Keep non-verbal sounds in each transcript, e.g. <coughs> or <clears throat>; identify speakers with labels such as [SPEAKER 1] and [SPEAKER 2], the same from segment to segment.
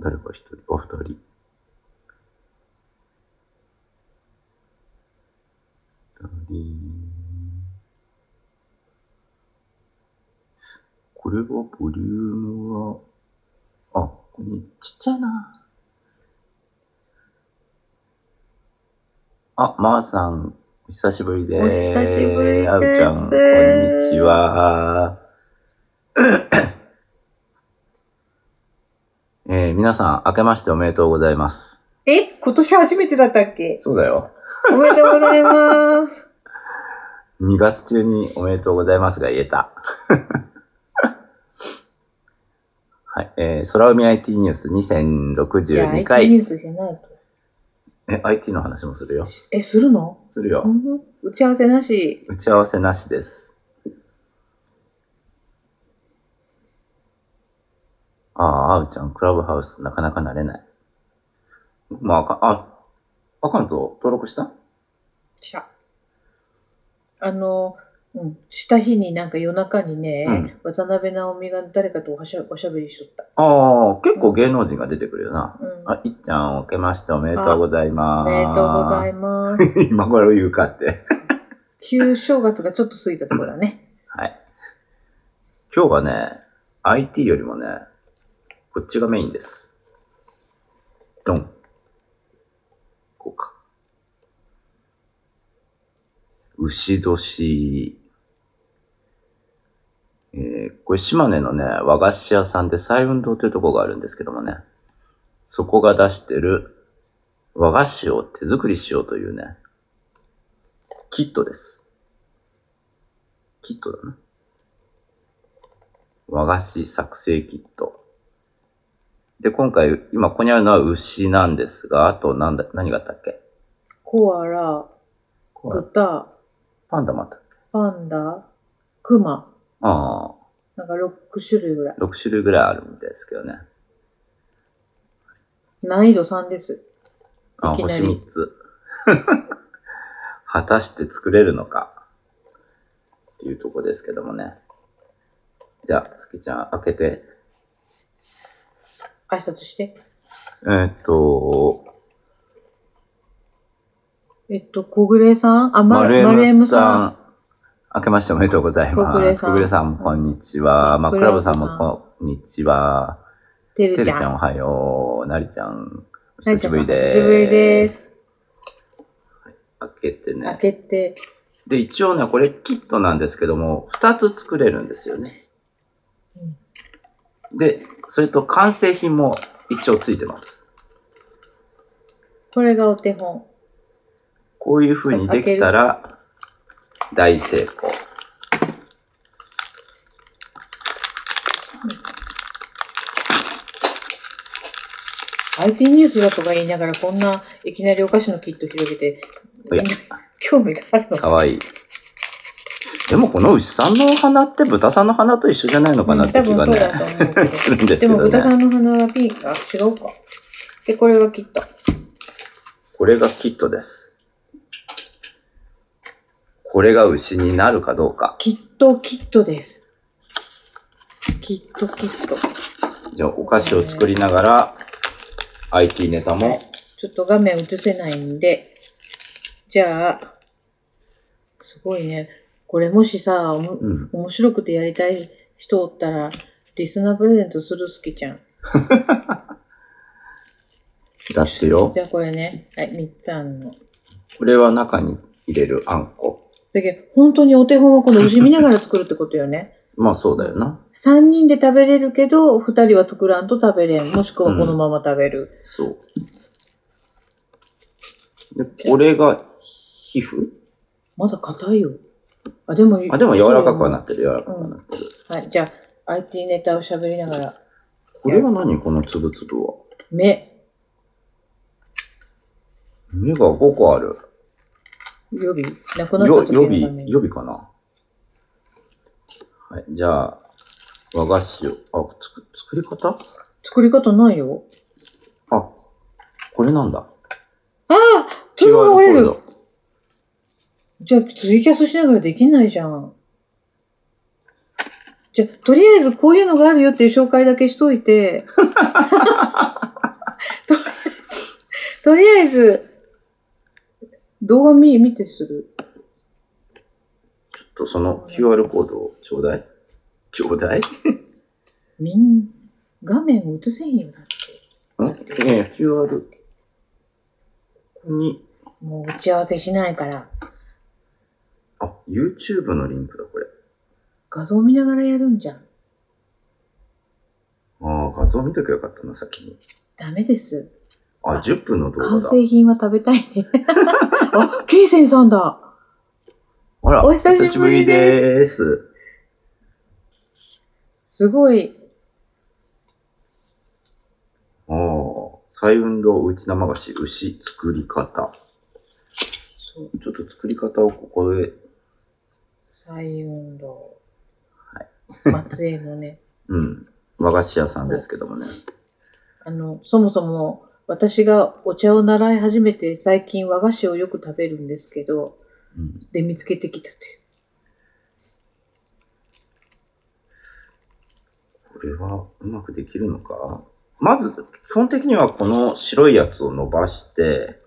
[SPEAKER 1] 誰か一人、あ、二人。二人。これはボリュームは、あ、これちっちゃいな。あ、まー、さん、お久しぶりで
[SPEAKER 2] お久しぶりです
[SPEAKER 1] あうちゃん、こんにちは。えー、皆さん、明けましておめでとうございます。
[SPEAKER 2] え今年初めてだったっけ
[SPEAKER 1] そうだよ。
[SPEAKER 2] おめでとうござい
[SPEAKER 1] <laughs>
[SPEAKER 2] ます。
[SPEAKER 1] 2月中におめでとうございますが言えた。 <laughs> はい。えー、空海 IT ニュース2062
[SPEAKER 2] いや IT ニ
[SPEAKER 1] 回。
[SPEAKER 2] ュースじゃないと。
[SPEAKER 1] え、IT の話もするよ。
[SPEAKER 2] え、するの
[SPEAKER 1] するよ。
[SPEAKER 2] うん打ち合わせなし。
[SPEAKER 1] 打ち合わせなしです。ああ、あうちゃん、クラブハウス、なかなか慣れない。まあ、あかあ、アカウント登録した
[SPEAKER 2] しゃ。あの、うん、した日になんか夜中にね、
[SPEAKER 1] うん
[SPEAKER 2] 渡辺直美が誰かとおしゃおしゃべりしとった。
[SPEAKER 1] ああ、結構芸能人が出てくるよな。
[SPEAKER 2] うん、
[SPEAKER 1] あ、いっちゃん、明けましておめでとうござい
[SPEAKER 2] お
[SPEAKER 1] ます。
[SPEAKER 2] めでとうございます。
[SPEAKER 1] ます。 <laughs> 今頃言うかって。
[SPEAKER 2] <laughs> 旧正月がちょっと過ぎたところだね。
[SPEAKER 1] はい。今日はね、IT よりもね、こっちがメインです。ドン。こうか。牛年。えー、これ島根のね、和菓子屋さんで彩雲堂というところがあるんですけどもね、そこが出してる和菓子を手作りしようというね、キットです。キットだな。和菓子作成キット。で、今回、今ここにあるのは牛なんですが、あとなんだ、何があったっけ
[SPEAKER 2] コアラ、豚、
[SPEAKER 1] パンダもあったっけ
[SPEAKER 2] パンダ、クマ。
[SPEAKER 1] あ
[SPEAKER 2] なんか6種類ぐらい。
[SPEAKER 1] あ、6種類ぐらいあるみたいですけどね。
[SPEAKER 2] 難易度3です。
[SPEAKER 1] あ、
[SPEAKER 2] いきな
[SPEAKER 1] 星
[SPEAKER 2] り
[SPEAKER 1] 3つ。 <laughs> 果たして作れるのか。っていうとこですけどもね。じゃあ、月ちゃん開けて。
[SPEAKER 2] 挨拶して。
[SPEAKER 1] えーっと、
[SPEAKER 2] えっと、小暮さんあ、ま、
[SPEAKER 1] 丸
[SPEAKER 2] 丸
[SPEAKER 1] M さ
[SPEAKER 2] M さん。
[SPEAKER 1] ん。明けましておめでとうござい
[SPEAKER 2] 小
[SPEAKER 1] ま
[SPEAKER 2] 暮
[SPEAKER 1] す。
[SPEAKER 2] さん
[SPEAKER 1] 小暮さんもこんにちは。
[SPEAKER 2] うん
[SPEAKER 1] マクラブさんもこんにちは。て
[SPEAKER 2] てる
[SPEAKER 1] る
[SPEAKER 2] ち
[SPEAKER 1] ち
[SPEAKER 2] ゃ
[SPEAKER 1] ゃ
[SPEAKER 2] ん。
[SPEAKER 1] んおはよう。なりちゃん、お
[SPEAKER 2] な
[SPEAKER 1] 久
[SPEAKER 2] りち
[SPEAKER 1] し
[SPEAKER 2] ゃん
[SPEAKER 1] ぶりです。
[SPEAKER 2] お久しぶりです
[SPEAKER 1] はい。開けてね
[SPEAKER 2] 開。けて。
[SPEAKER 1] で、一応ね、これキットなんですけども、2つ作れるんですよね。で、それと完成品も一応ついてます。
[SPEAKER 2] これがお手本。
[SPEAKER 1] こういう風にできたら、大成功。
[SPEAKER 2] IT ニュースだとか言いながら、こんないきなりお菓子のキット広げて、
[SPEAKER 1] おや
[SPEAKER 2] 興味があるの
[SPEAKER 1] か
[SPEAKER 2] か
[SPEAKER 1] わいい。でもこの牛さんの花って豚さんの花と一緒じゃないのかなって
[SPEAKER 2] 多
[SPEAKER 1] 気
[SPEAKER 2] 分
[SPEAKER 1] が
[SPEAKER 2] そう
[SPEAKER 1] ね、
[SPEAKER 2] だと思うけど。
[SPEAKER 1] するんです
[SPEAKER 2] で
[SPEAKER 1] け
[SPEAKER 2] も
[SPEAKER 1] ど
[SPEAKER 2] 豚
[SPEAKER 1] ね
[SPEAKER 2] さ。んの鼻はピーか違うか。で、これがキット。
[SPEAKER 1] これがキットです。これが牛になるかどうか。
[SPEAKER 2] きっとキットです。きっとキット。
[SPEAKER 1] じゃあお菓子を作りながら、IT ネタも、
[SPEAKER 2] ちょっと画面映せないんで。じゃあ、すごいね。これもしさ、おも
[SPEAKER 1] うん。
[SPEAKER 2] 面白くてやりたい人おったら、リスナープレゼントするすきちゃん。
[SPEAKER 1] だってよ
[SPEAKER 2] じ。ゃあこれね。はい、みっつあんの。
[SPEAKER 1] これは中に入れるあんこ。
[SPEAKER 2] だけど、本当にお手本はこの牛見ながら作るってことよね。
[SPEAKER 1] まあそうだよな。
[SPEAKER 2] 3人で食べれるけど、2人は作らんと食べれん。もしくはこのまま食べる。
[SPEAKER 1] そう。で、これが皮膚
[SPEAKER 2] まだ硬いよ。あ、でも、
[SPEAKER 1] あ、でも柔らかくはな
[SPEAKER 2] っ
[SPEAKER 1] ってる、柔らかくはなってる。
[SPEAKER 2] はい、じゃあ、IT ネタを喋りながら、
[SPEAKER 1] これは何このつぶつぶは。
[SPEAKER 2] 目、
[SPEAKER 1] 目が5個ある。
[SPEAKER 2] 予備、なくなった
[SPEAKER 1] よ
[SPEAKER 2] 時
[SPEAKER 1] 予
[SPEAKER 2] の
[SPEAKER 1] 備
[SPEAKER 2] ため、に
[SPEAKER 1] 予備かな。はい、じゃあ、和菓子を、あ、つく作り方
[SPEAKER 2] 作り方ないよ。
[SPEAKER 1] あ、これなんだ。
[SPEAKER 2] ああ粒が折れ
[SPEAKER 1] QR
[SPEAKER 2] る
[SPEAKER 1] コード
[SPEAKER 2] じゃあ、ツイキャスしながらできないじゃん。じゃあ、とりあえずこういうのがあるよっていう紹介だけしといて、とりあえず、動画見、見てする。
[SPEAKER 1] ちょっとその QR コードをちょうだい。ちょうだい
[SPEAKER 2] みん、画面を映せんよだって。
[SPEAKER 1] んええ、QR に、
[SPEAKER 2] もう打ち合わせしないから、
[SPEAKER 1] あ、YouTube のリンクだ、これ。
[SPEAKER 2] 画像見ながらやるんじゃん。
[SPEAKER 1] ああ、画像見ときゃよかったな、先に。
[SPEAKER 2] ダメです。
[SPEAKER 1] あ、10分の動画
[SPEAKER 2] 完
[SPEAKER 1] だ。
[SPEAKER 2] 成品は食べたいね。 <laughs> あ、ケイセンさんだ。
[SPEAKER 1] あら、
[SPEAKER 2] お久しぶり
[SPEAKER 1] でーす。
[SPEAKER 2] すごい。
[SPEAKER 1] ああ、再運動うち生菓子、牛作り方。
[SPEAKER 2] そう。
[SPEAKER 1] ちょっと作り方をここで、
[SPEAKER 2] 再運動。はい。松江のね、 <laughs>
[SPEAKER 1] うん、和菓子屋さんですけどもね。
[SPEAKER 2] あの、そもそも私がお茶を習い始めて最近和菓子をよく食べるんですけど、
[SPEAKER 1] うん、
[SPEAKER 2] で見つけてきたっていう。
[SPEAKER 1] これはうまくできるのかまず、基本的にはこの白いやつを伸ばして、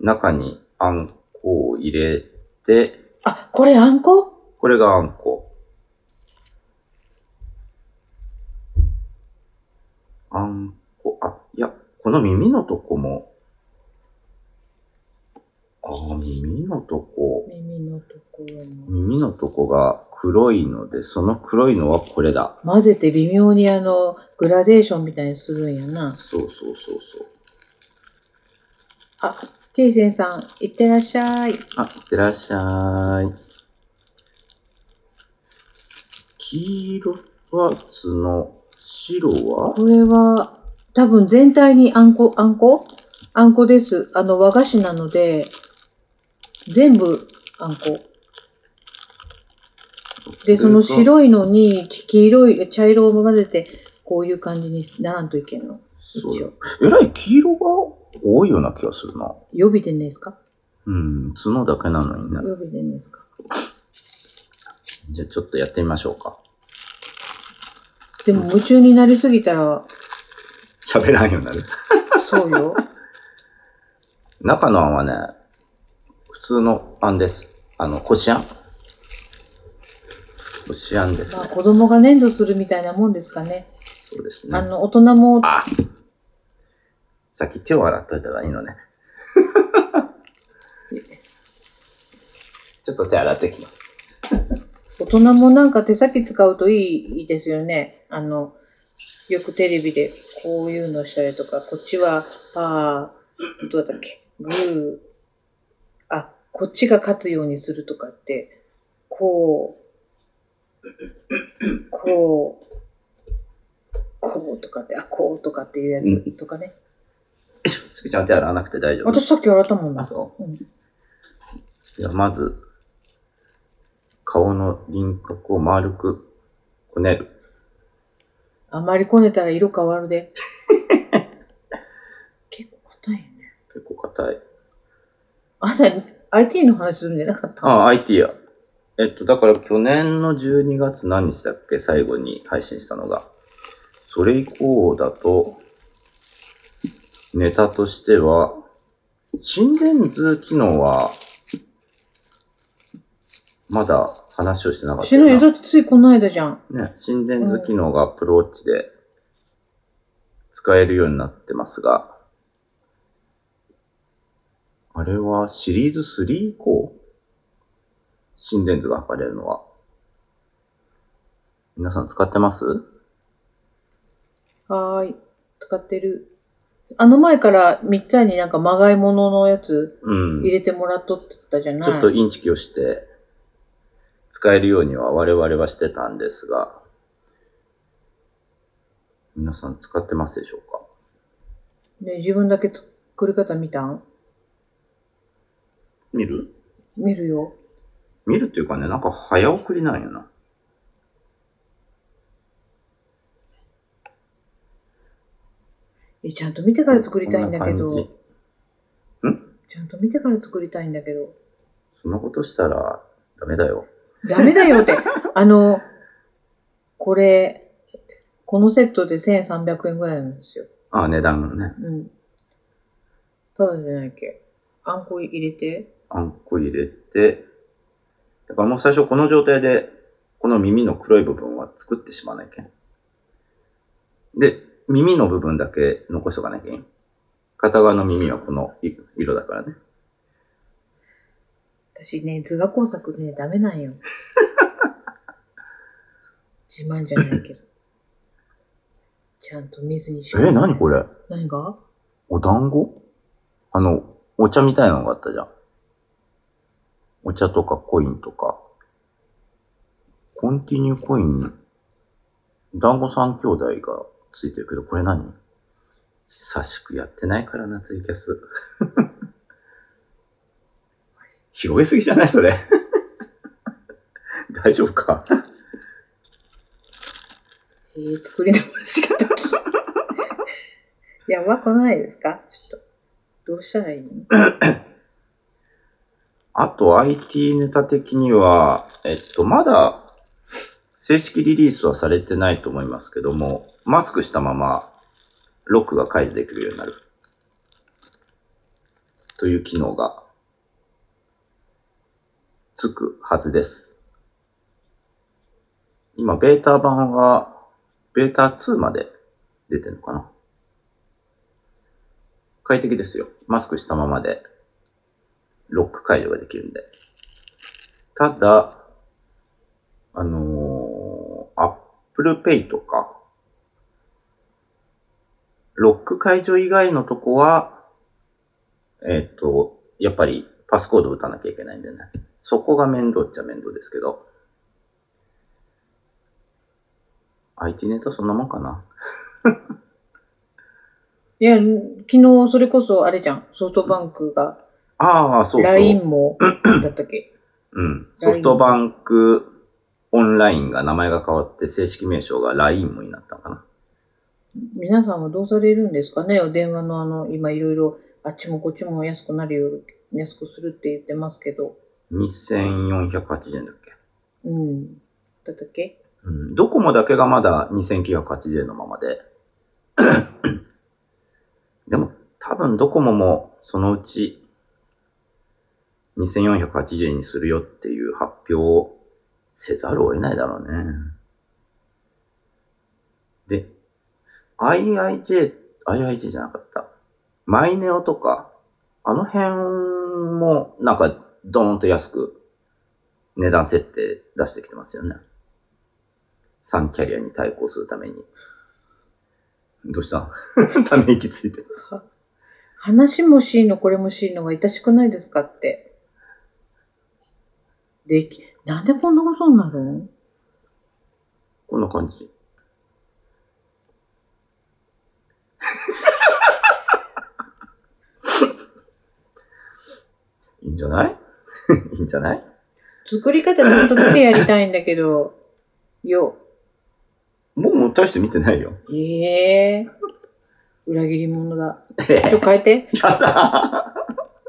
[SPEAKER 1] 中にあんこを入れて、
[SPEAKER 2] あ、これあんこ
[SPEAKER 1] これがあんこ。あんこ、あ、いや、この耳のとこも。あー、耳のとこ。
[SPEAKER 2] 耳のところも。
[SPEAKER 1] 耳のとこが黒いので、その黒いのはこれだ。
[SPEAKER 2] 混ぜて微妙にあの、グラデーションみたいにするんやな。
[SPEAKER 1] そうそうそうそう。
[SPEAKER 2] あ、ケイセンさん、いってらっしゃい。
[SPEAKER 1] あ、いってらっしゃい。黄色は角、白は
[SPEAKER 2] これは、多分全体にあんこ、あんこあんこです。あの、和菓子なので、全部あんこ。で、その
[SPEAKER 1] 白
[SPEAKER 2] 白いのに、ち黄色い、茶色を混ぜて、こういう感じにならんといけんの。
[SPEAKER 1] そう
[SPEAKER 2] 一
[SPEAKER 1] よ
[SPEAKER 2] 応。
[SPEAKER 1] えらい黄色が多いような気がするな。
[SPEAKER 2] 予備でんですか
[SPEAKER 1] うん、角だけなのにね。
[SPEAKER 2] 予備でんですか
[SPEAKER 1] じゃあちょっとやってみましょうか。
[SPEAKER 2] でも夢中になりすぎたら、
[SPEAKER 1] 喋らんようになる。
[SPEAKER 2] そ
[SPEAKER 1] <laughs>
[SPEAKER 2] うよ。
[SPEAKER 1] 中のあんはね、普通のあんです。あの、こしあん。こしあんです
[SPEAKER 2] まあ、
[SPEAKER 1] ね。
[SPEAKER 2] 子供が粘土するみたいなもんですかね。
[SPEAKER 1] そうです
[SPEAKER 2] あ
[SPEAKER 1] ね。
[SPEAKER 2] の、大人も、
[SPEAKER 1] あ先手を洗っといた方がいい
[SPEAKER 2] <laughs>
[SPEAKER 1] のね。ちょっと手洗ってきます。
[SPEAKER 2] 大人もなんか手先使うといいですよね。あの、よくテレビでこういうのしたりとか、こっちはパー、どうだったっけ、グー、あ、こっちが勝つようにするとかって、こう、こう、こうとかって、あ、こうとかっていうやつとかね。
[SPEAKER 1] すきちゃん手洗わなくて大丈夫。
[SPEAKER 2] 私さっき洗ったもんな
[SPEAKER 1] あ、。そう。
[SPEAKER 2] うん
[SPEAKER 1] ではまず、顔の輪郭を丸くこねる。
[SPEAKER 2] あんまりこねたら色変わ
[SPEAKER 1] <laughs>
[SPEAKER 2] るで。結構硬いね。
[SPEAKER 1] 結構硬い。
[SPEAKER 2] あ、さ、IT の話するんじゃなかった
[SPEAKER 1] ああ、IT や。えっと、だから去年の12月何日だっけ最後に配信したのが。それ以降だと、ネタとしては、心電図機能は、まだ話をしてなかった
[SPEAKER 2] し
[SPEAKER 1] よ
[SPEAKER 2] な
[SPEAKER 1] ない
[SPEAKER 2] よ。だってついこの間じゃん。
[SPEAKER 1] ね、心電図機能がアプローチで使えるようになってますが、あれはシリーズ3以降心電図が測れるのは。皆さん使ってます
[SPEAKER 2] はーい。使ってる。あの前からみっちゃんになんかまがいもののやつ
[SPEAKER 1] うん。ち
[SPEAKER 2] 入れてもらっとったじゃない、
[SPEAKER 1] ょっとインチキをして使えるようには我々はしてたんですが、皆さん使ってますでしょうか
[SPEAKER 2] ね、自分だけ作り方見たん
[SPEAKER 1] 見る
[SPEAKER 2] 見るよ。
[SPEAKER 1] 見るっていうかね、なんか早送りなんよな。
[SPEAKER 2] え、ちゃんと見てから作りたいんだけ
[SPEAKER 1] こな感
[SPEAKER 2] ど。
[SPEAKER 1] じ
[SPEAKER 2] ちゃんと見てから作りたいんだけど。
[SPEAKER 1] そんなことしたらダメだよ。
[SPEAKER 2] ダメだよ
[SPEAKER 1] <laughs>
[SPEAKER 2] って。あの、これ、このセットで1300円ぐらいなんですよ。
[SPEAKER 1] ああ、値段のね。
[SPEAKER 2] うん。ただじゃないっけ。あんこ入れて。
[SPEAKER 1] あんこ入れて、だからもう最初この状態で、この耳の黒い部分は作ってしまわないけん。で、耳の部分だけ残しとかないけん。片側の耳はこのい色だからね。
[SPEAKER 2] 私ね、図画工作ね、ダメな
[SPEAKER 1] <laughs>
[SPEAKER 2] んよ。自慢じゃないけど。ちゃんと水にし
[SPEAKER 1] え、何これ
[SPEAKER 2] 何が
[SPEAKER 1] お団子あの、お茶みたいなのがあったじゃん。お茶とかコインとか。コンティニューコイン、団子三兄弟がついてるけど、これ何久しくやってないからな、ツイキャス。 <laughs> 広げすぎじゃないそれ。 <laughs> 大丈夫か
[SPEAKER 2] えー、作り直しができ <laughs> ないやばくないですかちょっと。どうしたらいいの
[SPEAKER 1] あと IT ネタ的には、えっと、まだ正式リリースはされてないと思いますけども、マスクしたままロックが解除できるようになる。という機能がつくはずです。今、ベータ版は、ベータ2まで出てるのかな快適ですよ。マスクしたままでロック解除ができるんで。ただ、あのー、Apple Pay とか、ロック解除以外のとこは、えっ、と、やっぱりパスコード打たなきゃいけないんでね。そこが面倒っちゃ面倒ですけど。IT ネタそんなもんかない
[SPEAKER 2] や、昨日それこそあれじゃん。ソフトバンクが、
[SPEAKER 1] ああ、そうそう。
[SPEAKER 2] LINE も、だったっけ
[SPEAKER 1] うん。ソフトバンクオンラインが名前が変わって正式名称が LINE もになったのかな。
[SPEAKER 2] 皆さんはどうされるんですかねお電話のあの、今いろいろ、あっちもこっちも安くなるよ、安くするって言ってますけど。
[SPEAKER 1] 2480円だっけ。
[SPEAKER 2] うん。だったっけ
[SPEAKER 1] うん。ドコモだけがまだ2980円のままで。 <clears throat> でも多分ドコモもそのうち2480円にするよっていう発表をせざるを得ないだろうね。で、IIJ、IIJ じゃなかった。マイネオとか、あの辺もなんかドーンと安く値段設定出してきてますよね。3キャリアに対抗するために。どうした <laughs> ため息ついて。
[SPEAKER 2] 話もしいの、これもしいのが痛しくないですかって。でき、なんでこんなことになるの
[SPEAKER 1] こんな感じ。 <laughs> いいんじゃない <laughs> いいんじゃない
[SPEAKER 2] 作り方ちゃんと見てやりたいんだけど、よ。
[SPEAKER 1] 僕も大して見てないよ。
[SPEAKER 2] ええ裏切り者だ。
[SPEAKER 1] や
[SPEAKER 2] ちょ、変えて。
[SPEAKER 1] だ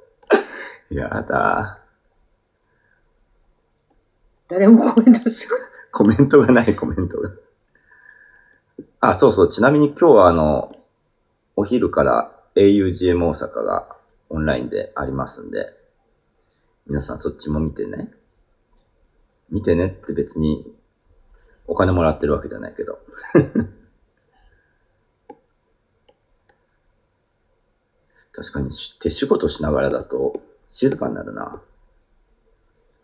[SPEAKER 1] <laughs> やだ
[SPEAKER 2] 誰もコメントしてくれない
[SPEAKER 1] コメントがない、コメントが。あ、そうそう。ちなみに今日はあの、お昼から augm 大阪がオンラインでありますんで、皆さんそっちも見てね。見てねって別にお金もらってるわけじゃないけど。 <laughs> 確かにし手仕事しながらだと静かになるな。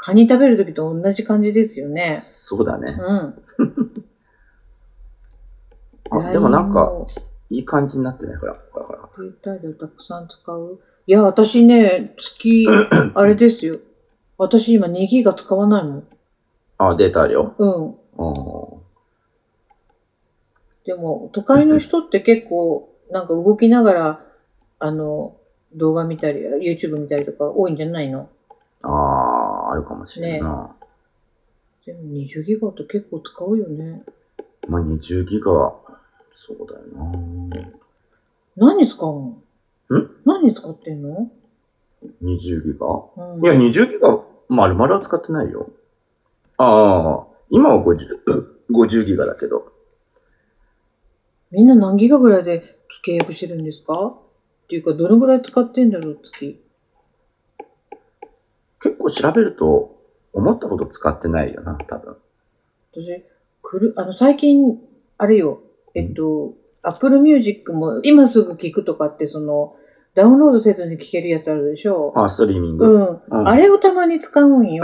[SPEAKER 2] カニ食べるときと同じ感じですよね。
[SPEAKER 1] そうだね。
[SPEAKER 2] うん。
[SPEAKER 1] あ、でもなんか
[SPEAKER 2] LINE を、
[SPEAKER 1] いい感じになってないほら、ほらほら。
[SPEAKER 2] 携帯でたくさん使ういや、私ね、月、あれですよ。私今2ギガ使わないもん。
[SPEAKER 1] あ、データあるよ。
[SPEAKER 2] うん。
[SPEAKER 1] あ
[SPEAKER 2] でも、都会の人って結構、なんか動きながら、あの、動画見たり、YouTube 見たりとか多いんじゃないの
[SPEAKER 1] あー、あるかもしれんな。
[SPEAKER 2] でも20ギガって結構使うよね。
[SPEAKER 1] まあ、20ギガ、そうだよな。
[SPEAKER 2] 何使うの
[SPEAKER 1] ん
[SPEAKER 2] 何使ってんの、
[SPEAKER 1] 20ギガ
[SPEAKER 2] うん、
[SPEAKER 1] いや、20ギガ、丸々は使ってないよ。ああ、今は50、50ギガだけど。
[SPEAKER 2] みんな何ギガぐらいで契約してるんですかっていうか、どのぐらい使ってんだろう、月。
[SPEAKER 1] 結構調べると、思ったほど使ってないよな、多分。
[SPEAKER 2] 私、くる、あの、最近、あれよ、えっと、Apple Music も今すぐ聞くとかって、その、ダウンロードせずに聞けるやつあるでしょ。
[SPEAKER 1] あ、ストリーミング。
[SPEAKER 2] うん。あれをたまに使う
[SPEAKER 1] <laughs>
[SPEAKER 2] んよ。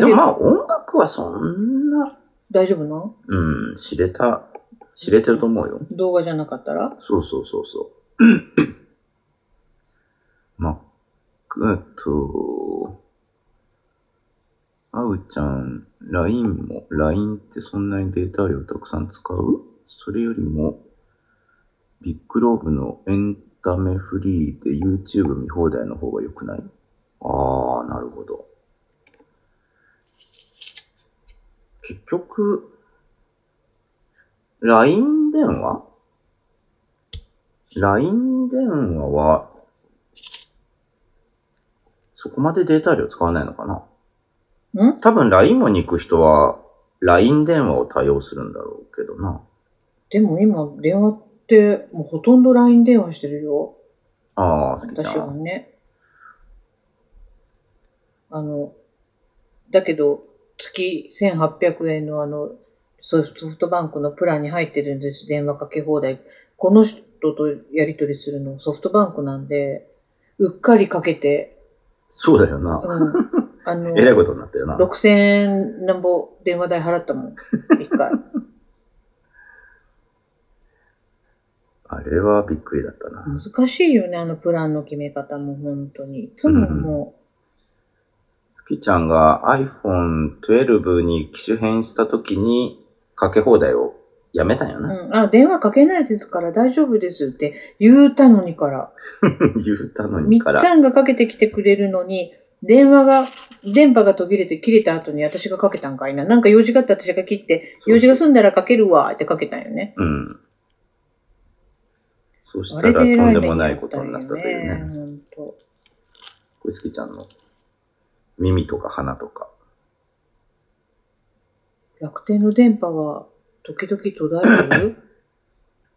[SPEAKER 1] で
[SPEAKER 2] け
[SPEAKER 1] も
[SPEAKER 2] ど
[SPEAKER 1] ま、あ音楽はそんな、
[SPEAKER 2] 大丈夫な
[SPEAKER 1] うん、知れた、知れてると思うよ。
[SPEAKER 2] 動画じゃなかったら
[SPEAKER 1] そうそうそう <coughs> そう。まあ、えっと、あうちゃん、LINE も、LINE ってそんなにデータ量たくさん使うそれよりも、ビッグローブのエンタメフリーで YouTube 見放題の方が良くないああ、なるほど。結局、LINE 電話 LINE 電話は、そこまでデータ量使わないのかな
[SPEAKER 2] うん
[SPEAKER 1] 多分 LINE もに行く人は、LINE 電話を多用するんだろうけどな。
[SPEAKER 2] でも今、電話って、もうほとんど LINE 電話してるよ。
[SPEAKER 1] ああ、好きちゃ
[SPEAKER 2] 私は
[SPEAKER 1] ん。
[SPEAKER 2] ね。あの、だけど、月1800円のあの、ソフソフトバンクのプランに入ってるんです。電話かけ放題。この人とやり取りするのソフトバンクなんで、うっかりかけて、
[SPEAKER 1] そうだよな。
[SPEAKER 2] うん。あの、
[SPEAKER 1] <laughs> えらいことになったよな。
[SPEAKER 2] 6000円なんぼ電話代払ったもん。一
[SPEAKER 1] <laughs>
[SPEAKER 2] 回。
[SPEAKER 1] あれはびっくりだったな。
[SPEAKER 2] 難しいよね、あのプランの決め方も本当に。いつもも
[SPEAKER 1] スキちゃんが iPhone12 に機種変したときに、かけ放題をやめたんよ
[SPEAKER 2] う、う
[SPEAKER 1] な。
[SPEAKER 2] ん、あ、電話かけないですから大丈夫ですって言うたのにから。
[SPEAKER 1] <laughs> 言ったの
[SPEAKER 2] み
[SPEAKER 1] に
[SPEAKER 2] っち
[SPEAKER 1] から。
[SPEAKER 2] ゃんがかけてきてくれるのに、電話が、電波が途切れて切れた後に私がかけたんかいな。なんか用事があって私が切って、
[SPEAKER 1] そうそう
[SPEAKER 2] 用事が済んだらかけるわってかけたんよね。
[SPEAKER 1] うん。そし
[SPEAKER 2] あ
[SPEAKER 1] た
[SPEAKER 2] れ
[SPEAKER 1] らと
[SPEAKER 2] で
[SPEAKER 1] んでもないことになったと
[SPEAKER 2] 偉
[SPEAKER 1] いうね。
[SPEAKER 2] い目に遭ったよね。
[SPEAKER 1] これスキちゃんの耳とか鼻とか。
[SPEAKER 2] 本当楽天の電波は時々途絶えてる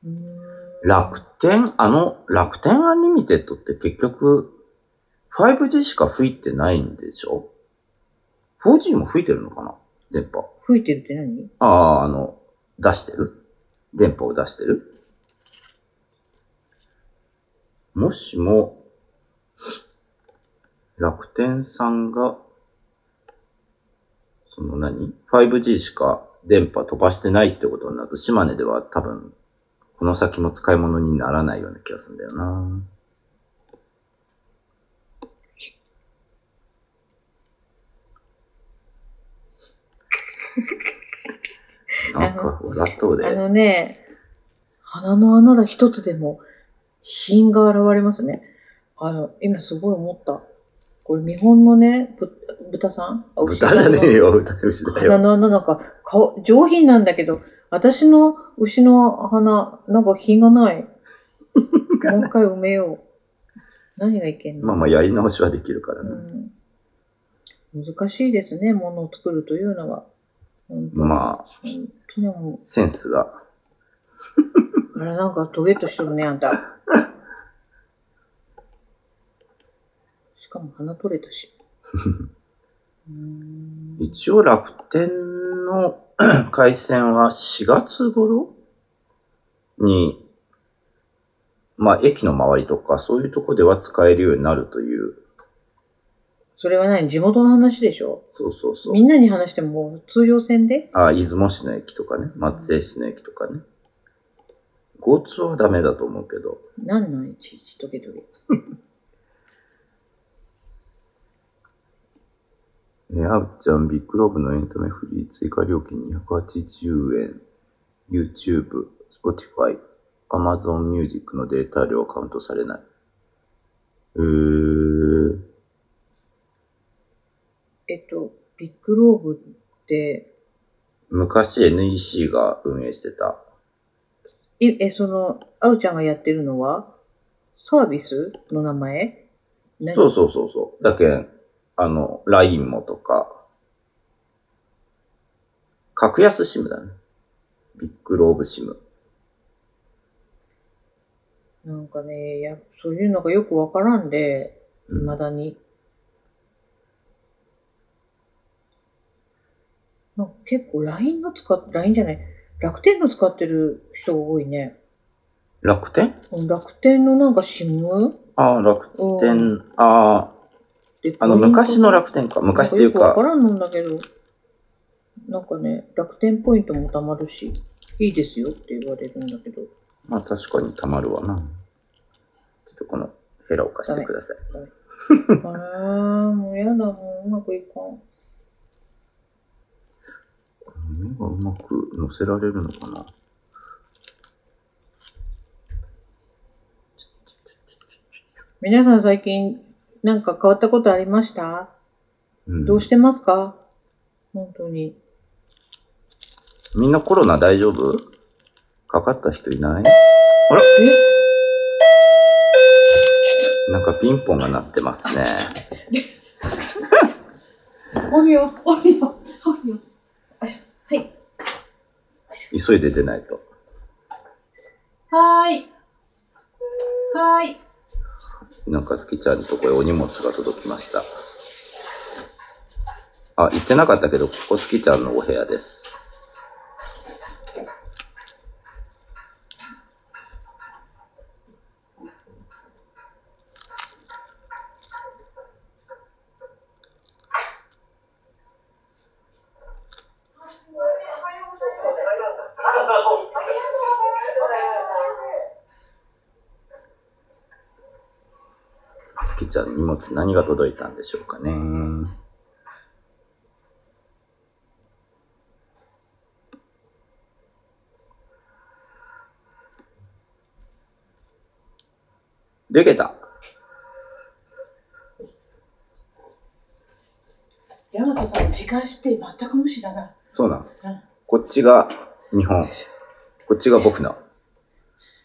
[SPEAKER 2] うーん
[SPEAKER 1] 楽天、あの、楽天アンリミテッドって結局、5G しか吹いてないんでしょ ?4G も吹いてるのかな電波。
[SPEAKER 2] 吹いてるって何
[SPEAKER 1] ああ、あの、出してる電波を出してるもしも、楽天さんが、その何 ?5G しか電波飛ばしてないってことになると、島根では多分、この先も使い物にならないような気がするんだよな。なんか笑っとうで。
[SPEAKER 2] あのね、鼻の穴だ一つでも品が現れますね。あの、今すごい思った。これ見本のね、ぶ豚さんあ牛
[SPEAKER 1] 豚
[SPEAKER 2] さん
[SPEAKER 1] じゃ
[SPEAKER 2] の
[SPEAKER 1] ねえよ、豚牛だ
[SPEAKER 2] 鼻
[SPEAKER 1] よ。
[SPEAKER 2] の穴なんか顔、上品なんだけど、私の牛の鼻、なんか品が
[SPEAKER 1] <laughs>
[SPEAKER 2] ない。もう一回埋めよう。何がいけんの、
[SPEAKER 1] まあまあやり直しはできるからね。
[SPEAKER 2] うん、難しいですね、ものを作るというのは。本当に
[SPEAKER 1] まあ、
[SPEAKER 2] 本当にもう
[SPEAKER 1] センスが。
[SPEAKER 2] あれなんかトゲっとしとるね、あんた。
[SPEAKER 1] <laughs>
[SPEAKER 2] しかも鼻取れたし。うーん
[SPEAKER 1] 一応楽天の <coughs> 回線は4月頃に、まあ駅の周りとかそういうとこでは使えるようになるという。
[SPEAKER 2] それは何地元の話でしょ
[SPEAKER 1] そうそうそう
[SPEAKER 2] み。んなに話しても通用線で
[SPEAKER 1] あ、出雲市の駅とかね。松江市の駅とかね。GoTo はダメだと思うけど。
[SPEAKER 2] なんなんいちいちトゲトゲ。
[SPEAKER 1] えあうちゃん、ビッグローブのエンタメフリー追加料金280円。YouTube、Spotify、Amazon Music のデータ量カウントされない。えー、
[SPEAKER 2] えっと、ビッグローブって、
[SPEAKER 1] 昔 NEC が運営してた。
[SPEAKER 2] いえ、その、あうちゃんがやってるのは、サービスの名前何
[SPEAKER 1] そうそうそうそう。だけん、あの、LINE もとか、格安 SIM だね。ビッグローブ SIM。
[SPEAKER 2] なんかね、いや、そういうのがよくわからんで、
[SPEAKER 1] うん
[SPEAKER 2] 未だに。なんか結構 LINE の使っ、LINE じゃない、楽天の使ってる人が多いね。
[SPEAKER 1] 楽天
[SPEAKER 2] うん楽天のなんか SIM?
[SPEAKER 1] ああ、楽
[SPEAKER 2] うん、
[SPEAKER 1] 天、あ
[SPEAKER 2] で
[SPEAKER 1] あ、あの、
[SPEAKER 2] ポイント
[SPEAKER 1] 昔の楽天か。昔っていう
[SPEAKER 2] なんよくわ
[SPEAKER 1] か
[SPEAKER 2] か、らんのんだけど、なんかね、楽天ポイントも貯まるし、いいですよって言われるんだ
[SPEAKER 1] <laughs>
[SPEAKER 2] けど、
[SPEAKER 1] まあ確かにたまるわな。ちょっとこのヘラを貸してください。
[SPEAKER 2] あー、もうやだ、もううまくいかん。
[SPEAKER 1] 目がうまく乗せられるのかな
[SPEAKER 2] 皆さん最近、なんか変わったことありました
[SPEAKER 1] うん、
[SPEAKER 2] どうしてますか本当に。
[SPEAKER 1] みんなコロナ大丈夫かかった人いない
[SPEAKER 2] え
[SPEAKER 1] なんかピンポンが鳴ってます
[SPEAKER 2] <laughs>
[SPEAKER 1] ね。
[SPEAKER 2] おるよ、おるよ、おるよ。あしょはい。
[SPEAKER 1] 急いで出ないと。
[SPEAKER 2] はーい。はーい。
[SPEAKER 1] なんか、スキちゃんのとこへお荷物が届きました。あ、言ってなかったけど、ここスキちゃんのお部屋です。スキちゃん荷物何が届いたんでしょうかね。でけた。
[SPEAKER 3] ヤマトさん、時間して全く無視だな。
[SPEAKER 1] そうなの
[SPEAKER 3] うん。
[SPEAKER 1] こっちが日本。こっちが僕の。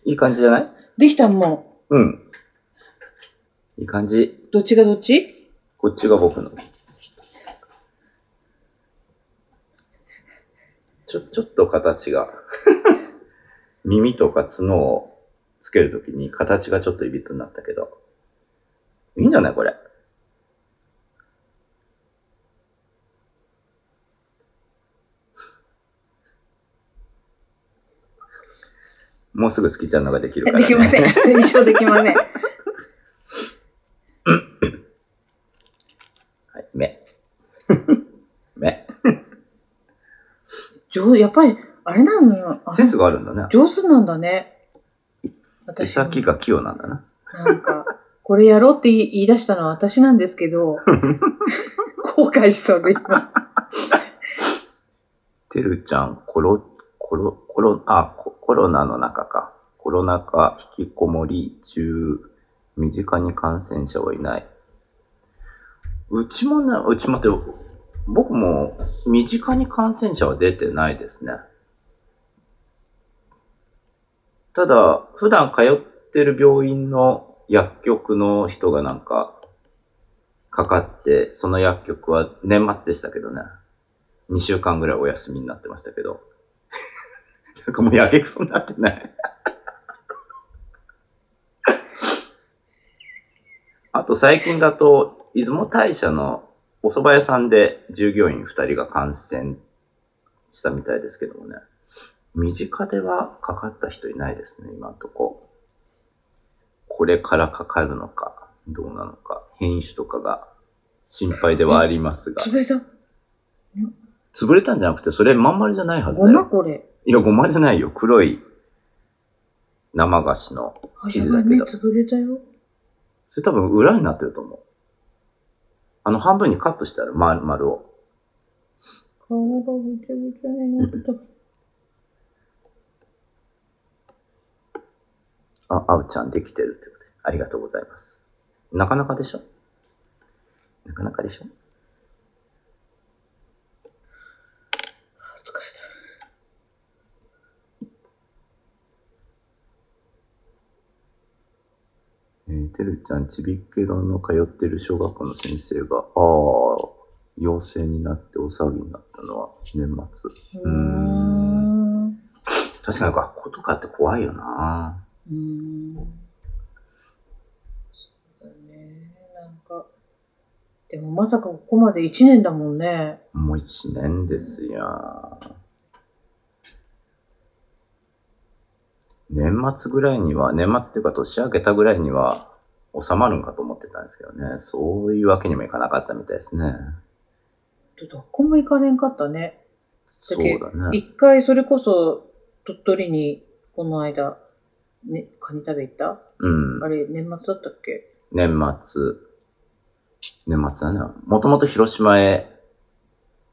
[SPEAKER 1] いい感じじゃない
[SPEAKER 2] できたも
[SPEAKER 1] うん。いい感じ。
[SPEAKER 2] ん。どっちがどっち
[SPEAKER 1] こっちが僕の。ちょ、ちょっと形が。 <laughs> 耳とか角をつけるときに形がちょっといびつになったけど。いいんじゃないこれ。もうすぐ好きちゃんのができるから、ね。
[SPEAKER 2] できません。 <laughs> 一生できません。
[SPEAKER 1] はい、目。目。
[SPEAKER 2] 上手、やっぱり、あれなのよ。あ
[SPEAKER 1] センスがあるんだね。
[SPEAKER 2] 上手なんだね。
[SPEAKER 1] 手
[SPEAKER 2] も
[SPEAKER 1] 先が器用なんだな。
[SPEAKER 2] なんか、これやろうって言い出したのは私なんですけど、後悔しそうで今。
[SPEAKER 1] てるちゃん、コロ、コロ、コロ、あ、ココロナの中か。コロナ禍、引きこもり中、身近に感染者はいない。うちもな、うちもって、僕も身近に感染者は出てないですね。ただ、普段通ってる病院の薬局の人がなんか、かかって、その薬局は年末でしたけどね。2週間ぐらいお休みになってましたけど。なんかもうやけくそになってない。あと最近だと、出雲大社のお蕎麦屋さんで従業員2人が感染したみたいですけどもね。身近ではかかった人いないですね、今んとこ。これからかかるのか、どうなのか、変種とかが心配ではありますが
[SPEAKER 2] つ。ぶれさん、
[SPEAKER 1] 潰れたんじゃなくて、それまん丸じゃないはず
[SPEAKER 2] ご
[SPEAKER 1] だ
[SPEAKER 2] ま
[SPEAKER 1] よ。
[SPEAKER 2] これ。
[SPEAKER 1] いや、ごまじゃないよ。黒い生菓子の
[SPEAKER 2] あ、
[SPEAKER 1] 生
[SPEAKER 2] や
[SPEAKER 1] 地
[SPEAKER 2] ば
[SPEAKER 1] だ
[SPEAKER 2] い、
[SPEAKER 1] け
[SPEAKER 2] 目
[SPEAKER 1] ど。
[SPEAKER 2] つぶれたよ。
[SPEAKER 1] それ多分裏になってると思う。あの、半分にカットしてある、丸、丸を。
[SPEAKER 2] 顔がぐちゃぐちゃになった。
[SPEAKER 1] あ、あうちゃんできてるってことで。ありがとうございます。なかなかでしょなかなかでしょ
[SPEAKER 2] 疲れた。
[SPEAKER 1] えー、てるちゃん、ちびっけろんの通ってる小学校の先生が、ああ、陽性になって大騒ぎになったのは年末。
[SPEAKER 2] うー
[SPEAKER 1] ん
[SPEAKER 2] ん。
[SPEAKER 1] 確かに学校とかって怖いよな
[SPEAKER 2] うーん。でもまさかここまで1年だもんね。
[SPEAKER 1] もう一年ですよ。年末ぐらいには、年末っていうか年明けたぐらいには収まるんかと思ってたんですけどね。そういうわけにもいかなかったみたいですね。
[SPEAKER 2] どこも行かれんかったね。
[SPEAKER 1] そうだね。
[SPEAKER 2] 一回それこそ鳥取にこの間、ね、カニ食べ行った
[SPEAKER 1] うん
[SPEAKER 2] あ。れ年末だったっけ
[SPEAKER 1] 年末。年末だな。もともと広島へ、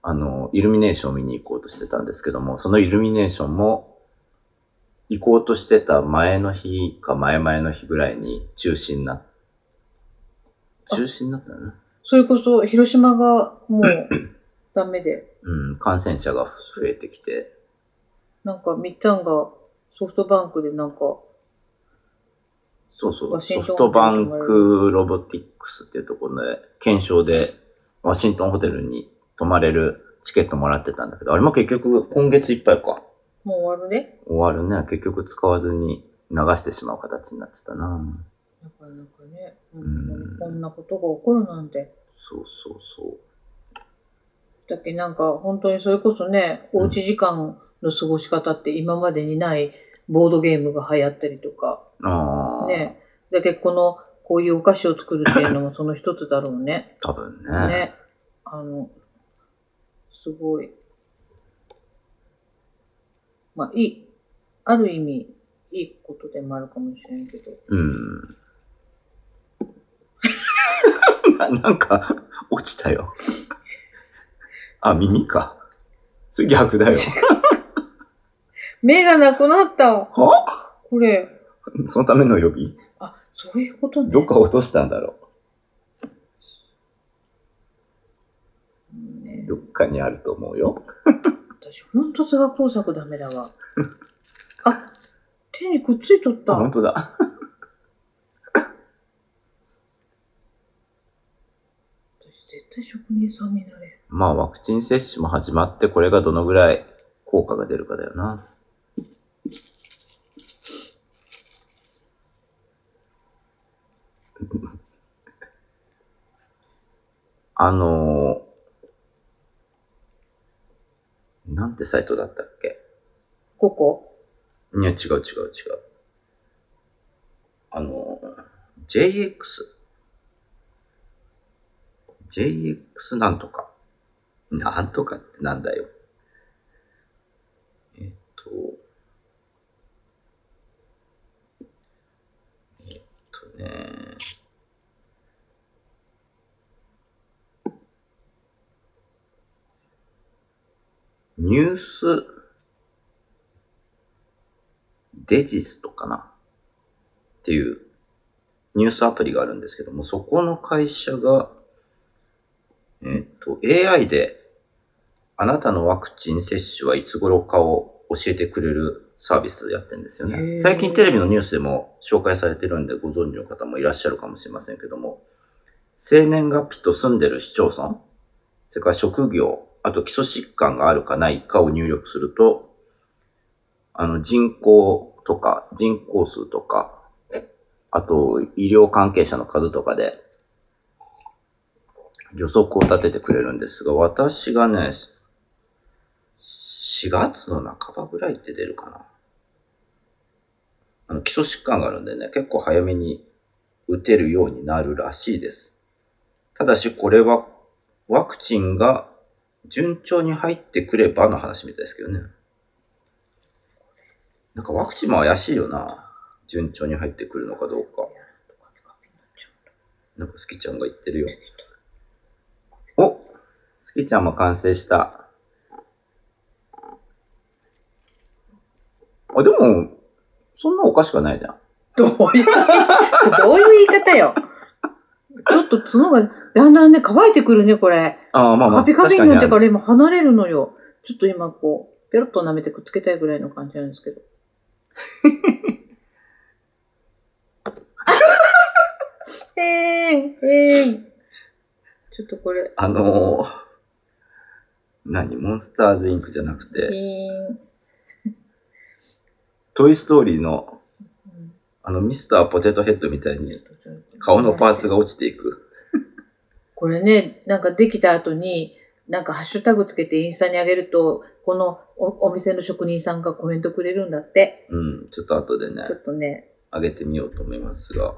[SPEAKER 1] あの、イルミネーションを見に行こうとしてたんですけども、そのイルミネーションも、行こうとしてた前の日か前々の日ぐらいに中止になっ、中止になったよね。
[SPEAKER 2] それこそ広島が
[SPEAKER 1] <clears throat>
[SPEAKER 2] もうダメで、
[SPEAKER 1] うん、感染者が増えてきて、
[SPEAKER 2] なんかみっちゃんがソフトバンクでなんか、
[SPEAKER 1] そうそ
[SPEAKER 2] ワ
[SPEAKER 1] う、
[SPEAKER 2] シン
[SPEAKER 1] ソ
[SPEAKER 2] トン
[SPEAKER 1] フトバンクロボティックスっていうところで、検証でワシントンホテルに泊まれるチケットもらってたんだけど、あれも結局今月いっぱいか。
[SPEAKER 2] もう終わるね。
[SPEAKER 1] 終わるね。結局使わずに流してしまう形になっちゃったな。
[SPEAKER 2] なかなかね、
[SPEAKER 1] ん
[SPEAKER 2] こんなことが起こるなんて。
[SPEAKER 1] そうそうそう。
[SPEAKER 2] だっけなんか本当にそれこそね、
[SPEAKER 1] うん
[SPEAKER 2] おうち時間の過ごし方って今までにないボードゲームが流行ったりとか、
[SPEAKER 1] ああ、
[SPEAKER 2] ね。だけどこの、こういうお菓子を作るっていうのもその一つだろうね。
[SPEAKER 1] 多分ね。
[SPEAKER 2] ね。あの、すごい。まあ、いい、ある意味、いいことでもあるかもしれんけど。
[SPEAKER 1] うん。 <laughs> ななんか、落ちたよ。あ、耳か。次逆
[SPEAKER 2] <laughs>
[SPEAKER 1] だよ。
[SPEAKER 2] 目がなくなった
[SPEAKER 1] は
[SPEAKER 2] これ。
[SPEAKER 1] そのための予備
[SPEAKER 2] あ、そういうことね。
[SPEAKER 1] どっか落としたんだろ
[SPEAKER 2] うんね
[SPEAKER 1] う。どっかにあると思うよ。
[SPEAKER 2] 私、ほんと図画工作ダメ
[SPEAKER 1] <laughs>
[SPEAKER 2] だわ。あ、手にくっついとっ
[SPEAKER 1] あ、本
[SPEAKER 2] た。
[SPEAKER 1] 当だ。
[SPEAKER 2] 私、絶対職人さんになれん。
[SPEAKER 1] まあ、ワクチン接種も始まって、これがどのぐらい効果が出るかだよな。 <laughs> あのー、なんてサイトだったっけ
[SPEAKER 2] ここ
[SPEAKER 1] いや、違う違う違う。あの、JX。JX なんとか。なんとかってなんだよ。えっと。えっとね。ニュースデジストかなっていうニュースアプリがあるんですけども、そこの会社が、えーっと、AI であなたのワクチン接種はいつ頃かを教えてくれるサービスやってるんですよ
[SPEAKER 2] へ
[SPEAKER 1] ね。
[SPEAKER 2] ー
[SPEAKER 1] 最近テレビのニュースでも紹介されてるんでご存知の方もいらっしゃるかもしれませんけども、生年月日と住んでる市町村、それから職業、あと基礎疾患があるかないかを入力すると、あの人口とか人口数とか、あと医療関係者の数とかで予測を立ててくれるんですが、私がね、4月の半ばぐらいって出るかな。あの基礎疾患があるんでね、結構早めに打てるようになるらしいです。ただしこれはワクチンが順調に入ってくればの話みたいですけどね。なんかワクチンも怪しいよな。順調に入ってくるのかどうか。なんかスキちゃんが言ってるよ。おスキちゃんも完成した。あ、でも、そんなおかしくはないじゃん。
[SPEAKER 2] どういう、どういう言い方よ。ちょっと角がだんだんね、乾いてくるね、これ。
[SPEAKER 1] ああ、まあまあ、
[SPEAKER 2] カピカ
[SPEAKER 1] 確
[SPEAKER 2] ピ
[SPEAKER 1] か
[SPEAKER 2] に
[SPEAKER 1] に
[SPEAKER 2] なっ
[SPEAKER 1] あ
[SPEAKER 2] て
[SPEAKER 1] る
[SPEAKER 2] から今離れるのよ。ちょっと今こう、ペロッと舐めてくっつけたいぐらいの感じなんですけど。えーん、えーん。ちょっとこれ、
[SPEAKER 1] あのー、 <laughs> 何モンスターズインクじゃなく
[SPEAKER 2] えー
[SPEAKER 1] て、
[SPEAKER 2] ん。
[SPEAKER 1] トイストーリーの、
[SPEAKER 2] うん
[SPEAKER 1] あの、ミスターポテトヘッドみたいに、顔のパーツが落ちていく。
[SPEAKER 2] これね、なんかできた後に、なんかハッシュタグつけてインスタに上げると、このおお店の職人さんがコメントくれるんだって。
[SPEAKER 1] うん、ちょっと後でね
[SPEAKER 2] ち、ょっとね、
[SPEAKER 1] 上げてみようと思いますが。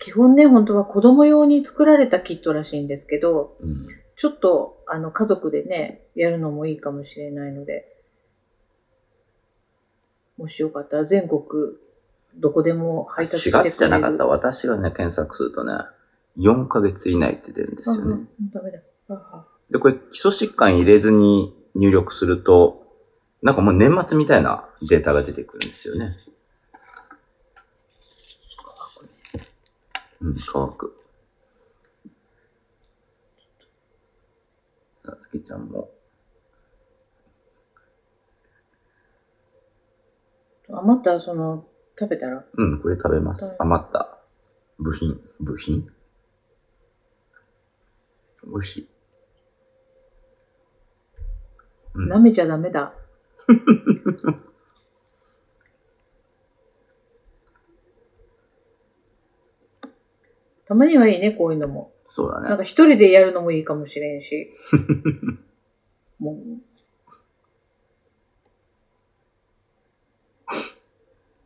[SPEAKER 2] 基本ね、本当は子供用に作られたキットらしいんですけど、
[SPEAKER 1] うん。
[SPEAKER 2] ちょっと、あの、家族でね、やるのもいいかもしれないので、もしよかったら全国、どこでも配達して
[SPEAKER 1] 4
[SPEAKER 2] くれる。
[SPEAKER 1] 月じゃなかった。私がね、検索するとね、4ヶ月以内って出るんですよ
[SPEAKER 2] あ
[SPEAKER 1] ね。
[SPEAKER 2] うんダメだ。ああ
[SPEAKER 1] で、これ基礎疾患入れずに入力すると、なんかもう年末みたいなデータが出てくるんですよね。うん、乾く。なつきちゃんも。
[SPEAKER 2] 余ったらその、食べたら
[SPEAKER 1] うん、これ食べます
[SPEAKER 2] う。ん
[SPEAKER 1] 余った部品、部品美味しい。うん
[SPEAKER 2] 舐めちゃダメだ。 <laughs> たまにはいいね、こういうのも。
[SPEAKER 1] そうだ
[SPEAKER 2] なん
[SPEAKER 1] ね。
[SPEAKER 2] か一人でやるのもいいかもしれ
[SPEAKER 1] <laughs>
[SPEAKER 2] んし。もう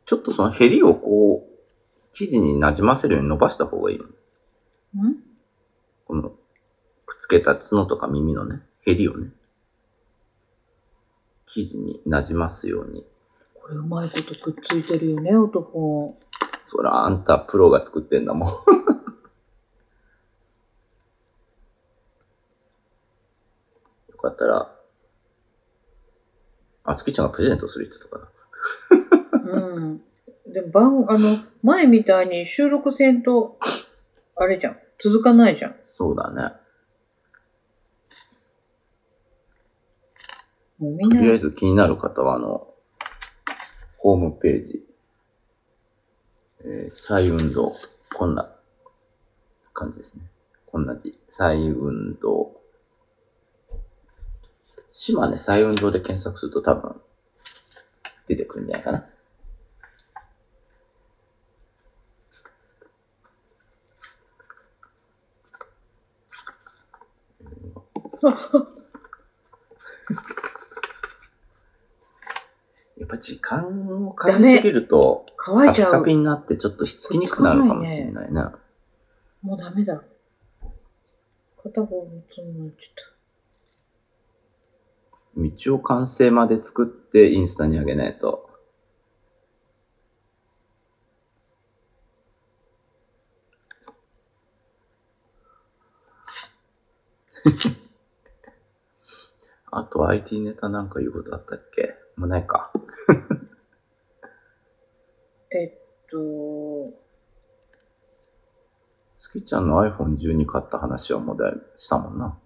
[SPEAKER 1] ちょっとそのヘリをこう、生地になじませるように伸ばした方がいいの。
[SPEAKER 2] ん
[SPEAKER 1] この、くっつけた角とか耳のね、ヘリをね、生地になじますように。
[SPEAKER 2] これうまいことくっついてるよね、男。
[SPEAKER 1] そら、あんたプロが作ってんだもん。 <laughs> よかったら、あつきちゃんがプレゼントする人とかな。
[SPEAKER 2] うん。でも番、あの、前みたいに収録せんと、あれじゃん。続かないじゃん。
[SPEAKER 1] そうだね。
[SPEAKER 2] もうみん
[SPEAKER 1] とりあえ
[SPEAKER 2] な、
[SPEAKER 1] ず気になる方は、あの、ホームページ、えー、再運動、こんな感じですね。こんな字。再運動。島根再運動で検索すると多分、出てくるんじゃないかな。やっぱ時間をかけすぎると、
[SPEAKER 2] 乾い
[SPEAKER 1] カピ
[SPEAKER 2] ちゃ
[SPEAKER 1] カ
[SPEAKER 2] う
[SPEAKER 1] ピ。になってちょっとひっつきにくくなるかもしれないな。
[SPEAKER 2] もうダメだ。片方もつむになっちゃっ
[SPEAKER 1] 道を完成まで作ってインスタに上げないと。 <laughs> あと IT ネタなんか言うことあったっけもうないか。
[SPEAKER 2] た。えっと、
[SPEAKER 1] スキちゃんの iPhone12 買った話はもうだいぶしたもんな。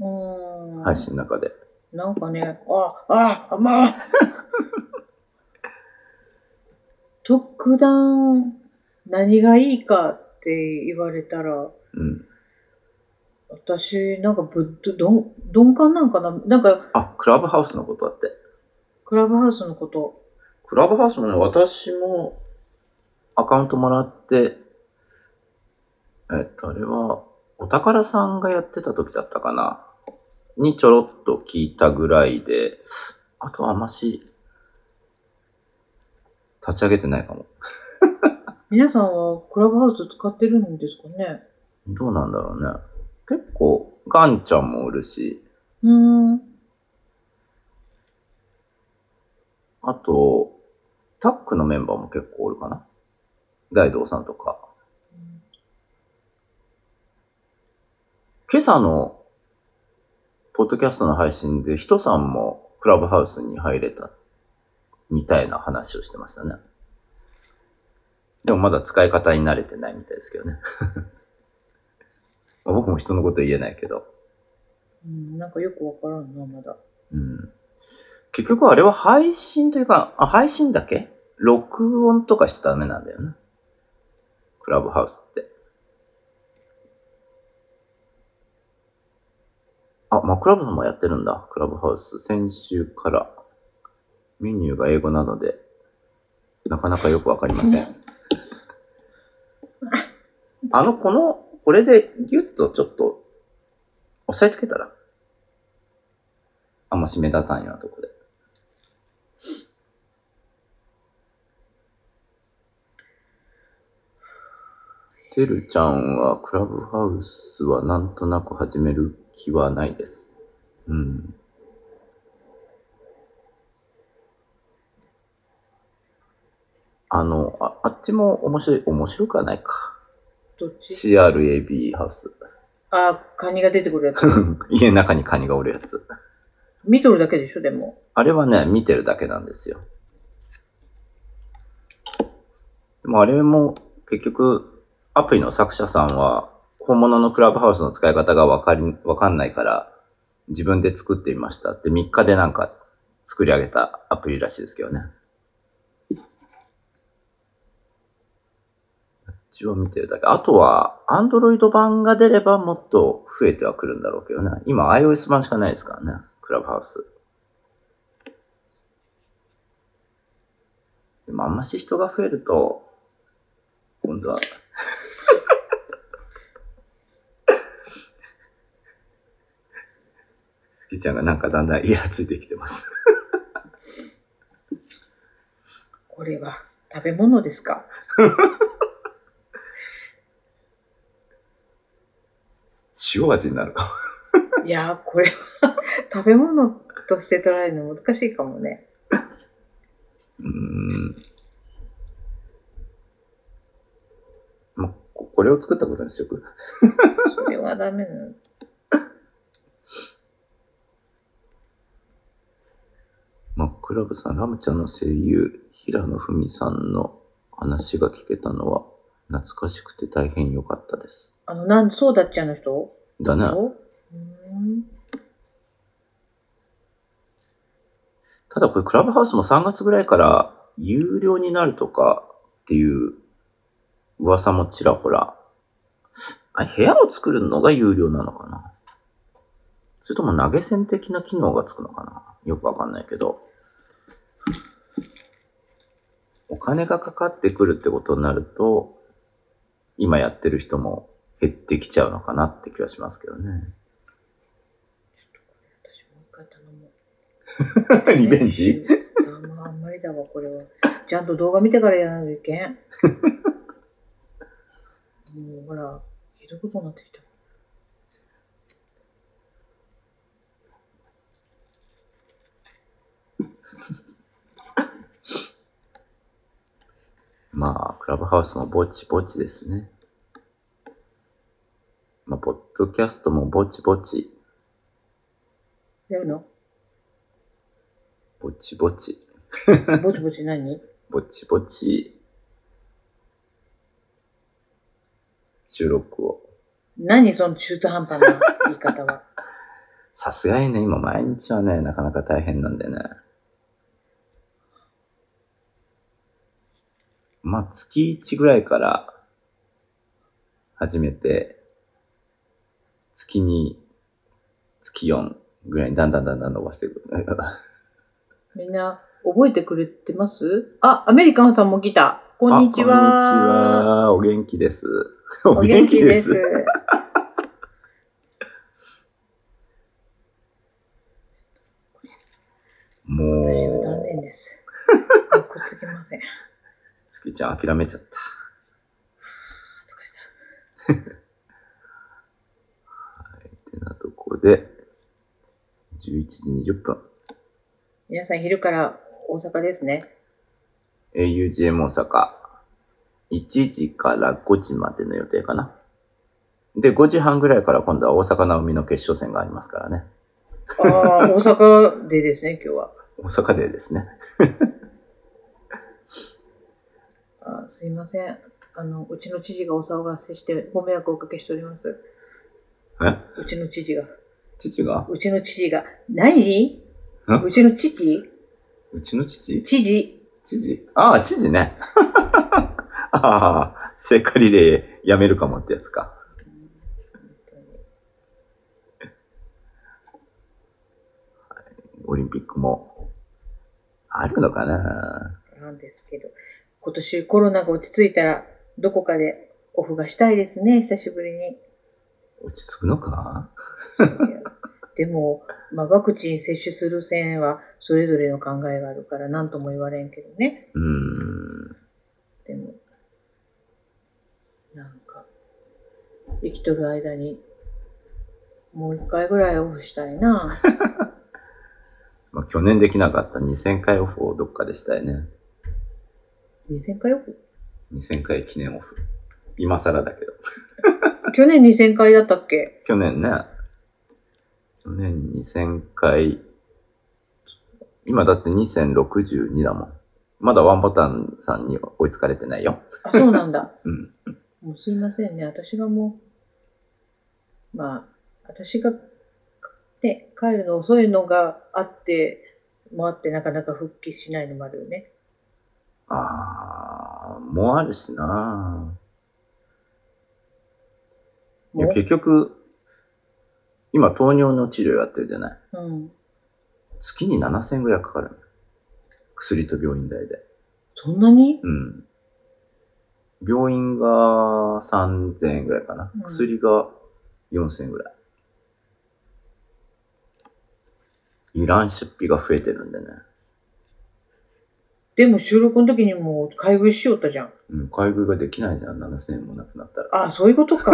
[SPEAKER 2] うーん。
[SPEAKER 1] 配信の中で。
[SPEAKER 2] なんかね、あ、あ、あ、まあ。 <laughs> 特段、何がいいかって言われたら、
[SPEAKER 1] うん。
[SPEAKER 2] 私、なんかぶっと、どん、鈍感なんかななんか、
[SPEAKER 1] あ、クラブハウスのことだって。
[SPEAKER 2] クラブハウスのこと。
[SPEAKER 1] クラブハウスもね、私もアカウントもらって、えっと、あれは、お宝さんがやってた時だったかな。にちょろっと聞いたぐらいで、あとはあんまし、立ち上げてないかも。
[SPEAKER 2] 皆さんはクラブハウス使ってるんですかね
[SPEAKER 1] どうなんだろうね。結構、ガンちゃんもおるし、
[SPEAKER 2] うーん。
[SPEAKER 1] あと、タックのメンバーも結構おるかな。大道さんとか。今朝の、ポッドキャストの配信で、ヒトさんもクラブハウスに入れた、みたいな話をしてましたね。でもまだ使い方に慣れてないみたいですけどね。 <laughs> まあ僕も人のこと言えないけど。
[SPEAKER 2] うん、なんかよくわからんな、まだ。
[SPEAKER 1] うん結局あれは配信というか、あ、配信だけ録音とかしちゃダメなんだよな。クラブハウスって。あ、マクラブさんもやってるんだ。クラブハウス。先週から。メニューが英語なので、なかなかよくわかりません。あの、この、これでギュッとちょっと押さえつけたら。あんまし目立たんようなとこで。てるちゃんはクラブハウスはなんとなく始める気はないです。うん。あの、ああっちも面白い、面白くはないか。
[SPEAKER 2] どっち
[SPEAKER 1] CRAB ハウス。 <laughs>
[SPEAKER 2] あ、カニが出てくるやつ。
[SPEAKER 1] 家の中にカニがおるやつ。
[SPEAKER 2] 見とるだけでしょ、でも。
[SPEAKER 1] あれはね、見てるだけなんですよ。でもあれも結局、アプリの作者さんは、本物のクラブハウスの使い方がわかり、わかんないから、自分で作ってみましたって3日でなんか作り上げたアプリらしいですけどね。一応見てるだけ。あとは、アンドロイド版が出ればもっと増えてはくるんだろうけどね。今 iOS 版しかないですからね。クラブハウス。でもあんまし人が増えると、今度は。 <laughs> スキちゃんがなんかだんだんイラついてきてます。 <laughs>
[SPEAKER 2] これは食べ物ですか
[SPEAKER 1] 塩味になるか。
[SPEAKER 2] いやー、これは <laughs> 食べ物として捉えるの難しいかもね。
[SPEAKER 1] <laughs> うーん。ま、ここれを作ったことにしよく。
[SPEAKER 2] それはダメなの。
[SPEAKER 1] マックラブさん、ラムちゃんの声優、平野文さんの話が聞けたのは懐かしくて大変良かったです。
[SPEAKER 2] あの、なん、そうだっちゃうの人
[SPEAKER 1] だね。
[SPEAKER 2] うーん
[SPEAKER 1] ただこれクラブハウスも3月ぐらいから有料になるとかっていう噂もちらほら。あ、部屋を作るのが有料なのかなそれとも投げ銭的な機能がつくのかなよくわかんないけど。お金がかかってくるってことになると、今やってる人も減ってきちゃうのかなって気はしますけどね。
[SPEAKER 2] 私もう一回頼もう。
[SPEAKER 1] <laughs> <laughs> リベンジ
[SPEAKER 2] あんまあんまりだわ、これは。ちゃんと動画見てからやらないといけん。 <laughs> もうほら、ひどいことになってきた。
[SPEAKER 1] まあ、クラブハウスもぼちぼちですね。まあ、ポッドキャストもぼちぼち、
[SPEAKER 2] やるの
[SPEAKER 1] ぼちぼち、
[SPEAKER 2] ぼちぼち何
[SPEAKER 1] ぼちぼち、収録を。
[SPEAKER 2] 何その中途半端な言い
[SPEAKER 1] <laughs>
[SPEAKER 2] 方は。
[SPEAKER 1] さすがにね、今毎日はね、なかなか大変なんでね。まあ、月1ぐらいから始めて、月2、月4ぐらいにだんだんだんだん伸ばしていく。 <laughs>
[SPEAKER 2] みんな覚えてくれてますあ、アメリカンさんも来た。こんにちは。
[SPEAKER 1] あこんにちは。お元気です。 <laughs> お元気です。
[SPEAKER 2] お元気です私は断
[SPEAKER 1] もう、
[SPEAKER 2] 念です。もうくっつきません。
[SPEAKER 1] すきちゃん諦めちゃった。
[SPEAKER 2] 疲れた
[SPEAKER 1] ってなとこで、11時20分。
[SPEAKER 2] 皆さん昼から大阪ですね。
[SPEAKER 1] augm 大阪、1時から5時までの予定かな。で、5時半ぐらいから今度は大阪なおみの決勝戦がありますからね。
[SPEAKER 2] ああ、大阪でですね、今日は。
[SPEAKER 1] 大阪でですね。
[SPEAKER 2] あーすいません。あの、うちの知事がお騒がせしてご迷惑をおかけしております。
[SPEAKER 1] え
[SPEAKER 2] うちの知事が。
[SPEAKER 1] 父が
[SPEAKER 2] うちの知事が。何うちの父
[SPEAKER 1] うちの父
[SPEAKER 2] 知事
[SPEAKER 1] 知事ああ、知事ね。 <laughs> ああ、聖火リレーやめるかもってやつか。オリンピックもあるのかな
[SPEAKER 2] なんですけど。今年コロナが落ち着いたら、どこかでオフがしたいですね、久しぶりに。
[SPEAKER 1] 落ち着くのか
[SPEAKER 2] でも、まあ、ワクチン接種する線はそれぞれの考えがあるから何とも言われんけどね。
[SPEAKER 1] うーん。
[SPEAKER 2] でも、なんか、生きとる間にもう一回ぐらいオフしたいな。 <laughs>
[SPEAKER 1] まあ、去年できなかった2000回オフをどっかでしたいね。
[SPEAKER 2] 2000回オフ
[SPEAKER 1] 2000回記念オフ。今更だけど。
[SPEAKER 2] 去年2000回だったっけ
[SPEAKER 1] 去年ね。去年2000回。今だって2062だもん。まだワンボタンさんに追いつかれてないよ。
[SPEAKER 2] あ、そうなんだ。
[SPEAKER 1] <laughs> うん。
[SPEAKER 2] もうすいませんね。私がもう、まあ、私が、ね、帰るの遅いのがあって、もあってなかなか復帰しないのもあるよね。
[SPEAKER 1] あー、もうあるしな。い
[SPEAKER 2] も
[SPEAKER 1] や、結局、今糖尿の治療やってるじゃない。
[SPEAKER 2] ううん。
[SPEAKER 1] 月に7000ぐらいかかるの薬と病院代で。
[SPEAKER 2] そんなに
[SPEAKER 1] うん。病院が3000円ぐらいかな
[SPEAKER 2] うん。
[SPEAKER 1] 薬が4000円ぐらい。いらん出費が増えてるんでね。
[SPEAKER 2] でも収録の時にもう買い食いしよったじゃん。
[SPEAKER 1] うん、買い食いができないじゃん、7000円もなくなったら。
[SPEAKER 2] ああ、そういうこ
[SPEAKER 1] <laughs>
[SPEAKER 2] とか。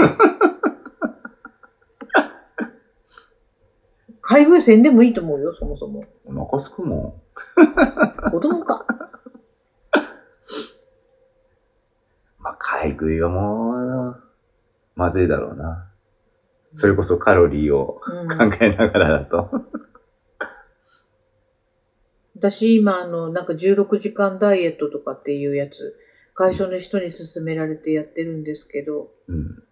[SPEAKER 2] 買い食いせんでもいいと思うよ、そもそも。
[SPEAKER 1] お腹すくも
[SPEAKER 2] 子
[SPEAKER 1] <laughs>
[SPEAKER 2] 供
[SPEAKER 1] ん。
[SPEAKER 2] か。
[SPEAKER 1] まあ、買い食いはもう、まずいだろうな。それこそカロリーを
[SPEAKER 2] うん
[SPEAKER 1] 考えながらだと。
[SPEAKER 2] 私今あのなんか16時間ダイエットとかっていうやつ会社の人に勧められてやってるんですけど、
[SPEAKER 1] うん。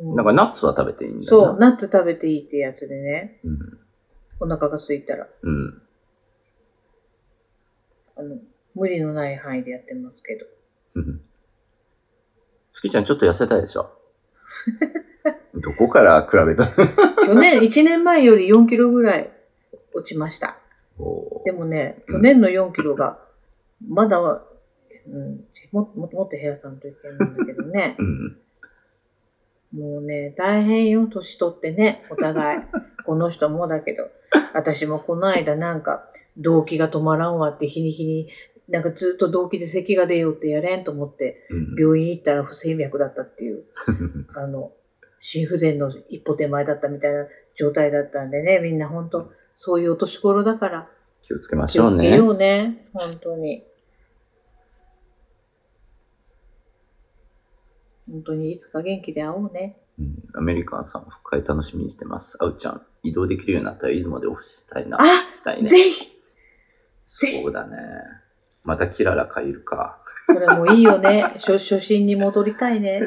[SPEAKER 2] う
[SPEAKER 1] なんかナッツは食べていいんだよな。
[SPEAKER 2] そうナッツ食べていいってやつでね
[SPEAKER 1] うん。
[SPEAKER 2] お腹が空いたら
[SPEAKER 1] うん。
[SPEAKER 2] あの無理のない範囲でやってますけど
[SPEAKER 1] うん。スキちゃんちょっと痩せたいでしょ <laughs> どこから比べ
[SPEAKER 2] <laughs>
[SPEAKER 1] た
[SPEAKER 2] 去年1年前より4キロぐらい落ちました
[SPEAKER 1] お
[SPEAKER 2] でもね
[SPEAKER 1] うん
[SPEAKER 2] 去年の4キロがまだ、うん、ももっともっと減らさんといけないんだけど
[SPEAKER 1] <laughs>
[SPEAKER 2] ね
[SPEAKER 1] うん。
[SPEAKER 2] もうね大変よ年取ってね
[SPEAKER 1] <laughs>
[SPEAKER 2] お互いこの人もだけど私もこの間なんか動悸が止まらんわって日に日になんかずっと動悸で咳が出ようってやれんと思って
[SPEAKER 1] うん。
[SPEAKER 2] 病院行ったら不整脈だったっ
[SPEAKER 1] <laughs>
[SPEAKER 2] ていうあの心不全の一歩手前だったみたいな状態だったんでねみんな本当そういうお年頃だから
[SPEAKER 1] 気をつけまし
[SPEAKER 2] 気
[SPEAKER 1] ょ
[SPEAKER 2] を
[SPEAKER 1] う
[SPEAKER 2] つけ
[SPEAKER 1] ね。
[SPEAKER 2] ようね本当に本当にいつか元気で会おうね
[SPEAKER 1] うんアメリカンさん、復活楽しみにしてます。あうちゃん、移動できるようになったら出雲でオフしたいな。
[SPEAKER 2] あ
[SPEAKER 1] したいね。
[SPEAKER 2] ぜひ
[SPEAKER 1] そうだね。またキララ借りるか。
[SPEAKER 2] それもいいよ
[SPEAKER 1] <laughs>
[SPEAKER 2] ね。初初心に戻りたいね。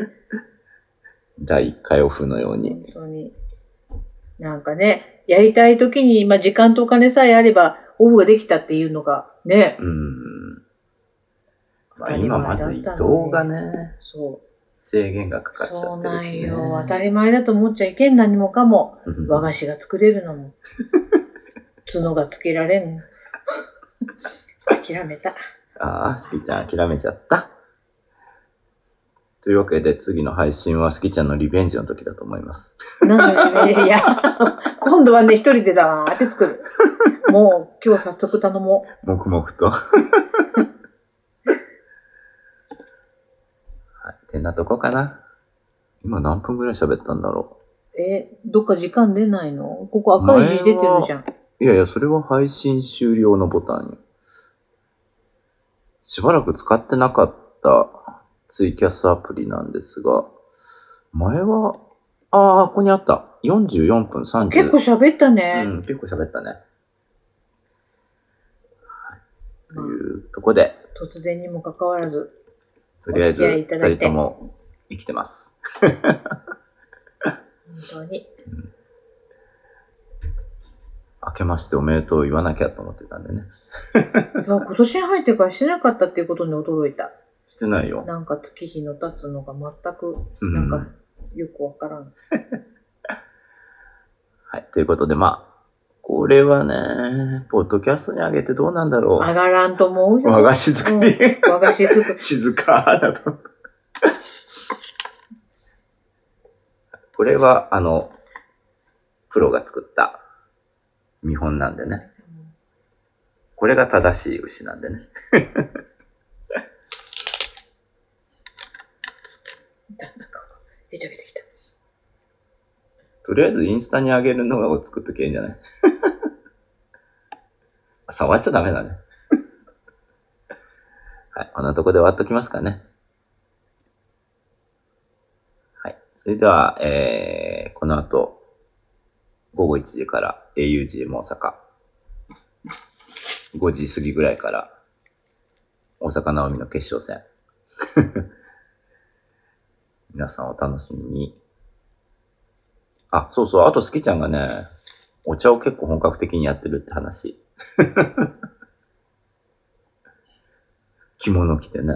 [SPEAKER 1] 第1回オフのよう
[SPEAKER 2] 本
[SPEAKER 1] に。
[SPEAKER 2] 当に。なんかね、やりたい時に、まあ時間とお金さえあれば、オフができたっていうのが、ね。
[SPEAKER 1] うん。まあ、
[SPEAKER 2] 当たり
[SPEAKER 1] 今
[SPEAKER 2] 前だ
[SPEAKER 1] ま
[SPEAKER 2] ったの
[SPEAKER 1] ず
[SPEAKER 2] に
[SPEAKER 1] 移動が。ね、
[SPEAKER 2] そ
[SPEAKER 1] 制限がか
[SPEAKER 2] う。
[SPEAKER 1] かっちゃ
[SPEAKER 2] そう
[SPEAKER 1] って
[SPEAKER 2] な
[SPEAKER 1] る
[SPEAKER 2] ん
[SPEAKER 1] しね。
[SPEAKER 2] よ。当たり前だと思っちゃいけん何もかも。
[SPEAKER 1] うん
[SPEAKER 2] 和菓子が作れる
[SPEAKER 1] <laughs>
[SPEAKER 2] のも。角がつけられん。 <laughs> 諦めた。
[SPEAKER 1] ああ、スキちゃん諦めちゃった。というわけで次の配信はスキちゃんのリベンジの時だと思います。
[SPEAKER 2] なんだよね。いや、今度はね、一人でだわーって作る。もう、今日早速頼もう。
[SPEAKER 1] 黙々と。はい。てなとこかな。今何分ぐらい喋ったんだろ
[SPEAKER 2] え、どっか時間出ないのここ赤い字出てるじゃん。
[SPEAKER 1] う。いやいや、それは配信終了のボタンよ。しばらく使ってなかったツイキャスアプリなんですが、前は、ああ、ここにあった。44分30。
[SPEAKER 2] 結構喋ったね。
[SPEAKER 1] うん、結構喋ったね。というとこで、
[SPEAKER 2] 突然にもかかわらず。
[SPEAKER 1] とりあえず
[SPEAKER 2] お付き合いいただ
[SPEAKER 1] 2
[SPEAKER 2] いて
[SPEAKER 1] 人とも生きてます。
[SPEAKER 2] 本当に。
[SPEAKER 1] 明けましておめでとう言わなきゃと思ってたんでね。
[SPEAKER 2] いや今年に入ってからしてなかったっていうことに驚いた。
[SPEAKER 1] してないよ。
[SPEAKER 2] なんか月日の経つのが全く、
[SPEAKER 1] うん
[SPEAKER 2] なんか、よくわからん。
[SPEAKER 1] はい。ということで、まあ、これはね、ポッドキャストに上げてどうなんだろ
[SPEAKER 2] 上がらんと思う
[SPEAKER 1] う。
[SPEAKER 2] よ。
[SPEAKER 1] 和菓子作り、
[SPEAKER 2] うん和菓子作
[SPEAKER 1] <laughs>
[SPEAKER 2] り。
[SPEAKER 1] 静かだと。これは、あの、プロが作った見本なんでね。これが正しい牛なんでね。
[SPEAKER 2] なんか、めちゃけてきた。
[SPEAKER 1] とりあえずインスタに上げるのを作っときゃいいんじゃない <laughs> 触っちゃダメだね。 <laughs> はい、こんなとこで終わっときますかね。はい、それでは、えー、この後、午後1時から augm 大阪。5時過ぎぐらいから、大阪直美の決勝戦。 <laughs> 皆さんお楽しみに。あ、そうそう。あと、スキちゃんがね、お茶を結構本格的にやってるって話。 <laughs> 着物着てね。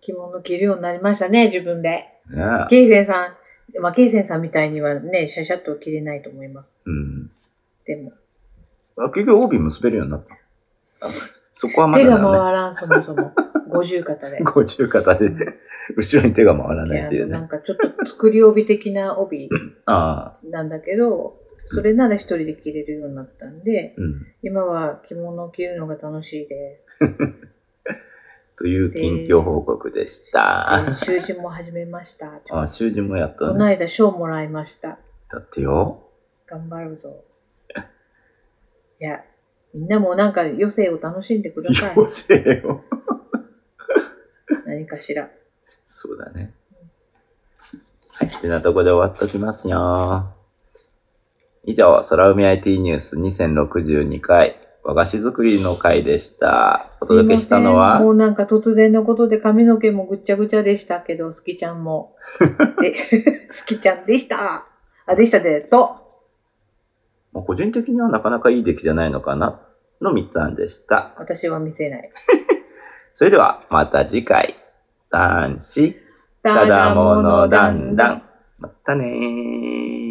[SPEAKER 2] 着物着るようになりましたね、自分で。
[SPEAKER 1] ねえ
[SPEAKER 2] ケイセンさん、まあ、ケイセンさんみたいにはね、シャシャっと着れないと思います。
[SPEAKER 1] うん。
[SPEAKER 2] でも、
[SPEAKER 1] あ結局、帯結べるようになった。あそこはまだ
[SPEAKER 2] 手が
[SPEAKER 1] だよね。
[SPEAKER 2] 回らん、そも <laughs> そも。五十肩で。
[SPEAKER 1] 五十肩で、後ろに手が回らないって
[SPEAKER 2] い
[SPEAKER 1] い
[SPEAKER 2] や
[SPEAKER 1] う
[SPEAKER 2] なん
[SPEAKER 1] ね。
[SPEAKER 2] かちょっと作り帯的な帯
[SPEAKER 1] ああ、
[SPEAKER 2] なんだけど、それなら一人で着れるようになったんで、
[SPEAKER 1] うん。
[SPEAKER 2] 今は着物を着るのが楽しいで、
[SPEAKER 1] という近況報告でした。
[SPEAKER 2] で習字も始めました。
[SPEAKER 1] あ、習字もやっ
[SPEAKER 2] こ
[SPEAKER 1] と
[SPEAKER 2] の
[SPEAKER 1] ね。
[SPEAKER 2] 間賞もらいました。
[SPEAKER 1] だってよ。
[SPEAKER 2] 頑張るぞ。いや、みんなもなんか余生を楽しんでください
[SPEAKER 1] よ。せよ。
[SPEAKER 2] 何かしら。
[SPEAKER 1] そうだね。はい、てなとこで終わっときますよ。以上、空海 IT ニュース2062回、和菓子作りの回でした。お届けしたの
[SPEAKER 2] すいませんも
[SPEAKER 1] は、
[SPEAKER 2] うなんか突然のことで髪の毛もぐっちゃぐちゃでしたけど、好きちゃんも。で <laughs> 好きちゃんでしたあ、でしたで、と。
[SPEAKER 1] もう個人的にはなかなかいい出来じゃないのかな、の3つ案でした。
[SPEAKER 2] 私は見せない。
[SPEAKER 1] それでは、また次回、3、4、ただものだんだん。またねー。